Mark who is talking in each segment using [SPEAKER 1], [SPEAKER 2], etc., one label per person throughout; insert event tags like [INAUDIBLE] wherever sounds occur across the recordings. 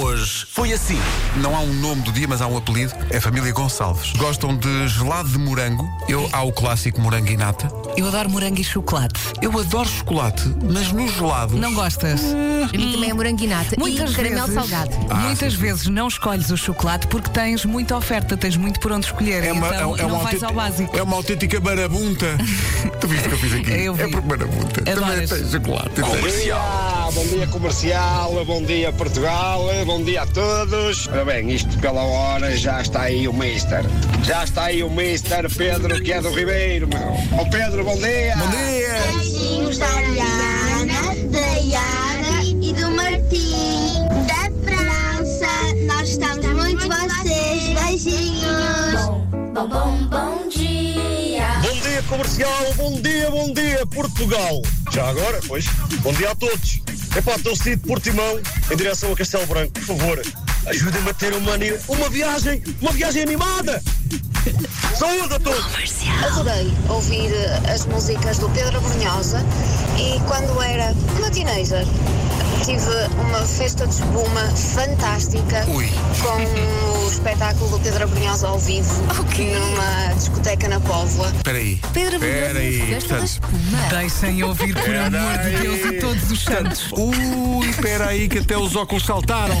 [SPEAKER 1] Hoje foi assim. Não há um nome do dia, mas há um apelido. É a família Gonçalves. Gostam de gelado de morango. Eu há o clássico morango e nata.
[SPEAKER 2] Eu adoro morango e chocolate.
[SPEAKER 1] Eu adoro chocolate, mas no gelado.
[SPEAKER 2] Não gostas?
[SPEAKER 3] A mim também é moranguinata
[SPEAKER 2] Muitas
[SPEAKER 3] e caramelo
[SPEAKER 2] vezes,
[SPEAKER 3] salgado.
[SPEAKER 1] Ah,
[SPEAKER 2] muitas vezes não escolhes o chocolate porque tens muita oferta, tens muito por onde escolher.
[SPEAKER 1] É
[SPEAKER 2] então não vais
[SPEAKER 1] um, autê-
[SPEAKER 2] ao básico.
[SPEAKER 1] é uma autêntica
[SPEAKER 2] [LAUGHS]
[SPEAKER 1] marabunta. tu viste o que eu fiz aqui?
[SPEAKER 2] Eu vi.
[SPEAKER 1] É porque marabunta. Também
[SPEAKER 2] Adoras.
[SPEAKER 1] tem chocolate.
[SPEAKER 4] Comercial. Ah, Bom dia, comercial. Bom dia, Portugal. Bom dia a todos. Ora bem, isto pela hora já está aí o Mister. Já está aí o Mister Pedro, que é do Ribeiro, meu. Ó Pedro, bom dia.
[SPEAKER 1] Bom dia!
[SPEAKER 5] Beijinhos da Ariana, da Yara e do Martim, da França. Nós estamos muito vocês. Beijinhos.
[SPEAKER 6] Bom, bom, bom dia.
[SPEAKER 7] Bom dia comercial, bom dia, bom dia Portugal. Já agora, pois, bom dia a todos. Epá, estou sido de Portimão em direção a Castelo Branco, por favor. Ajudem-me a ter uma, ani- uma viagem, uma viagem animada. Saúde a todos.
[SPEAKER 8] Adorei ouvir eh, as músicas do Pedro Brunhosa e quando era uma teenager tive uma festa de espuma fantástica
[SPEAKER 1] Ui.
[SPEAKER 8] com o espetáculo do Pedro Brunhosa ao vivo numa discoteca na Póvoa.
[SPEAKER 1] Espera aí.
[SPEAKER 3] Pedro
[SPEAKER 1] Espera aí,
[SPEAKER 3] Brunhosa, festa da
[SPEAKER 1] portanto-
[SPEAKER 3] espuma.
[SPEAKER 2] Deixem ouvir, por
[SPEAKER 1] É
[SPEAKER 2] amor de Deus, a todos os santos.
[SPEAKER 1] Ui, espera aí que até os óculos saltaram.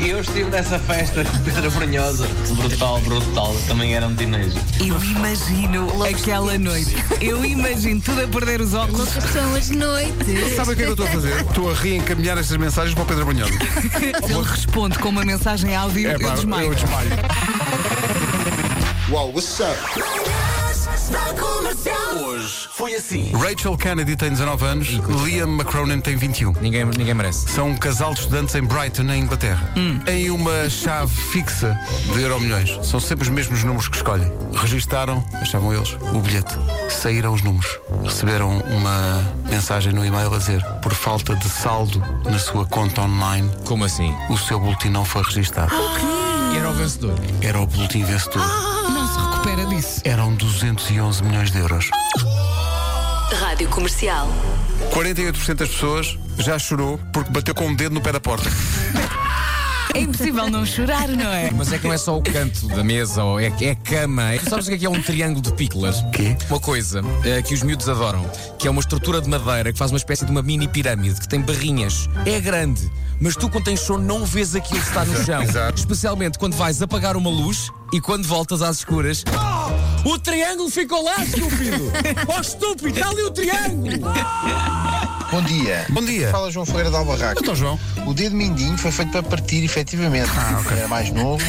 [SPEAKER 9] Eu estive nessa festa de Pedra Brunhosa. Brutal, brutal. Também era um dinejo.
[SPEAKER 2] Eu imagino aquela noite. Eu imagino tudo a perder os óculos.
[SPEAKER 3] Loucas são as noites.
[SPEAKER 1] Sabe o que é que eu estou a fazer? Estou a reencaminhar estas mensagens para o Pedro Banhosa.
[SPEAKER 2] Ele responde com uma mensagem áudio.
[SPEAKER 1] É
[SPEAKER 2] eu
[SPEAKER 1] pá,
[SPEAKER 2] desmaio.
[SPEAKER 1] eu desmaio.
[SPEAKER 9] Hoje foi assim.
[SPEAKER 1] Rachel Kennedy tem 19 anos, Liam McCronin tem 21.
[SPEAKER 9] Ninguém, ninguém merece. Hum.
[SPEAKER 1] São um casal de estudantes em Brighton, na Inglaterra. Em uma chave fixa de Euromilhões. São sempre os mesmos números que escolhem. Registaram, achavam eles, o bilhete. Saíram os números. Receberam uma mensagem no e-mail a dizer: por falta de saldo na sua conta online,
[SPEAKER 9] Como assim?
[SPEAKER 1] o seu boletim não foi registado.
[SPEAKER 9] Ah! E era o vencedor.
[SPEAKER 1] Era o boletim vencedor.
[SPEAKER 9] Ah!
[SPEAKER 2] Não se recupera disso.
[SPEAKER 1] Eram 211 milhões de euros.
[SPEAKER 10] Rádio Comercial.
[SPEAKER 1] 48% das pessoas já chorou porque bateu com o dedo no pé da porta.
[SPEAKER 2] É impossível não chorar, não é?
[SPEAKER 9] Mas é que não é só o canto da mesa, ou é, é a cama. É- Tu sabes o que é, que é um triângulo de pícolas?
[SPEAKER 1] Quê?
[SPEAKER 9] Uma coisa eh, que os miúdos adoram, que é uma estrutura de madeira que faz uma espécie de uma mini pirâmide, que tem barrinhas. É grande, mas tu quando tens sono não vês aquilo que está no
[SPEAKER 1] [LAUGHS]
[SPEAKER 9] chão.
[SPEAKER 1] exato.
[SPEAKER 9] Especialmente quando vais apagar uma luz e quando voltas às escuras. "Oh, O triângulo ficou lá, [LAUGHS] estúpido! Oh, estúpido, está ali o triângulo!
[SPEAKER 7] Bom dia.
[SPEAKER 1] Bom dia.
[SPEAKER 7] Fala João Ferreira de Albarraca.
[SPEAKER 1] Então, João.
[SPEAKER 7] O dedo mindinho foi feito para partir, efetivamente. Era mais novo.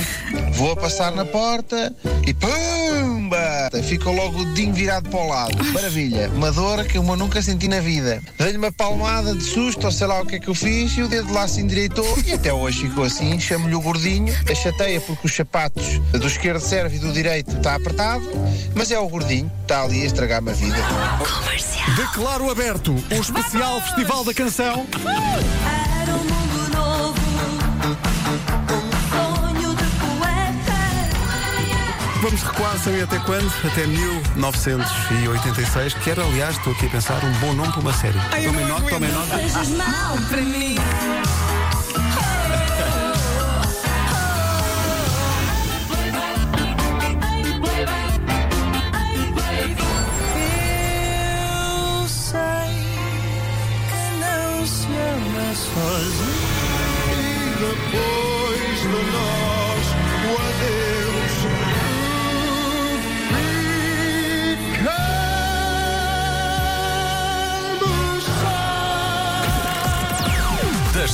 [SPEAKER 7] Vou a passar na porta e pumba! Ficou logo o dedinho virado para o lado. Maravilha. Uma dor que eu nunca senti na vida. Dei-lhe uma palmada de susto, ou sei lá o que é que eu fiz, e o dedo lá se endireitou. E até hoje ficou assim. Chamo-lhe o gordinho. A chateia porque os sapatos do esquerdo serve e do direito está apertado. Mas é o gordinho. Está ali a estragar-me a vida.
[SPEAKER 1] Declaro aberto o especial Festival da Canção.
[SPEAKER 6] Era um mundo novo, um sonho de poeta.
[SPEAKER 1] Vamos recuar, sabem até quando? Até 1986, que era, aliás, estou aqui a pensar, um bom nome para uma série. Tomem nota, tomem nota.
[SPEAKER 6] Sejas mal para mim.
[SPEAKER 2] Eu sei que não se ama
[SPEAKER 9] Das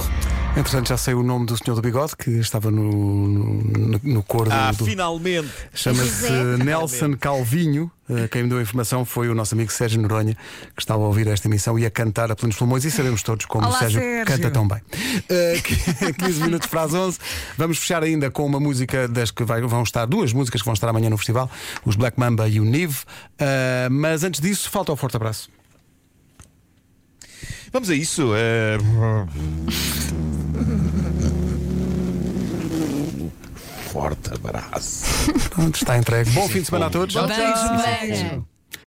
[SPEAKER 1] Entretanto, já sei o nome do senhor do bigode, que estava no, no, no cor do...
[SPEAKER 9] Ah,
[SPEAKER 1] do-
[SPEAKER 7] finalmente.
[SPEAKER 1] Chama-se [LAUGHS] Nelson Calvinho. Eh, Quem me deu a informação foi o nosso amigo Sérgio Noronha, que estava a ouvir esta emissão e a cantar a plenos pulmões. E sabemos todos como
[SPEAKER 2] Olá,
[SPEAKER 1] o Sérgio,
[SPEAKER 2] Sérgio.
[SPEAKER 1] canta tão bem. Eh, [LAUGHS] qu- 15 minutos para as 11. Vamos fechar ainda com uma música das que vai- vão estar, duas músicas que vão estar amanhã no festival: os Black Mamba e o Nive. Eh, mas antes disso, falta o forte abraço.
[SPEAKER 7] Vamos a isso. eh, forte abraço.
[SPEAKER 1] Pronto, está entregue. Bom fim de semana a todos.
[SPEAKER 2] Beijo, beijo.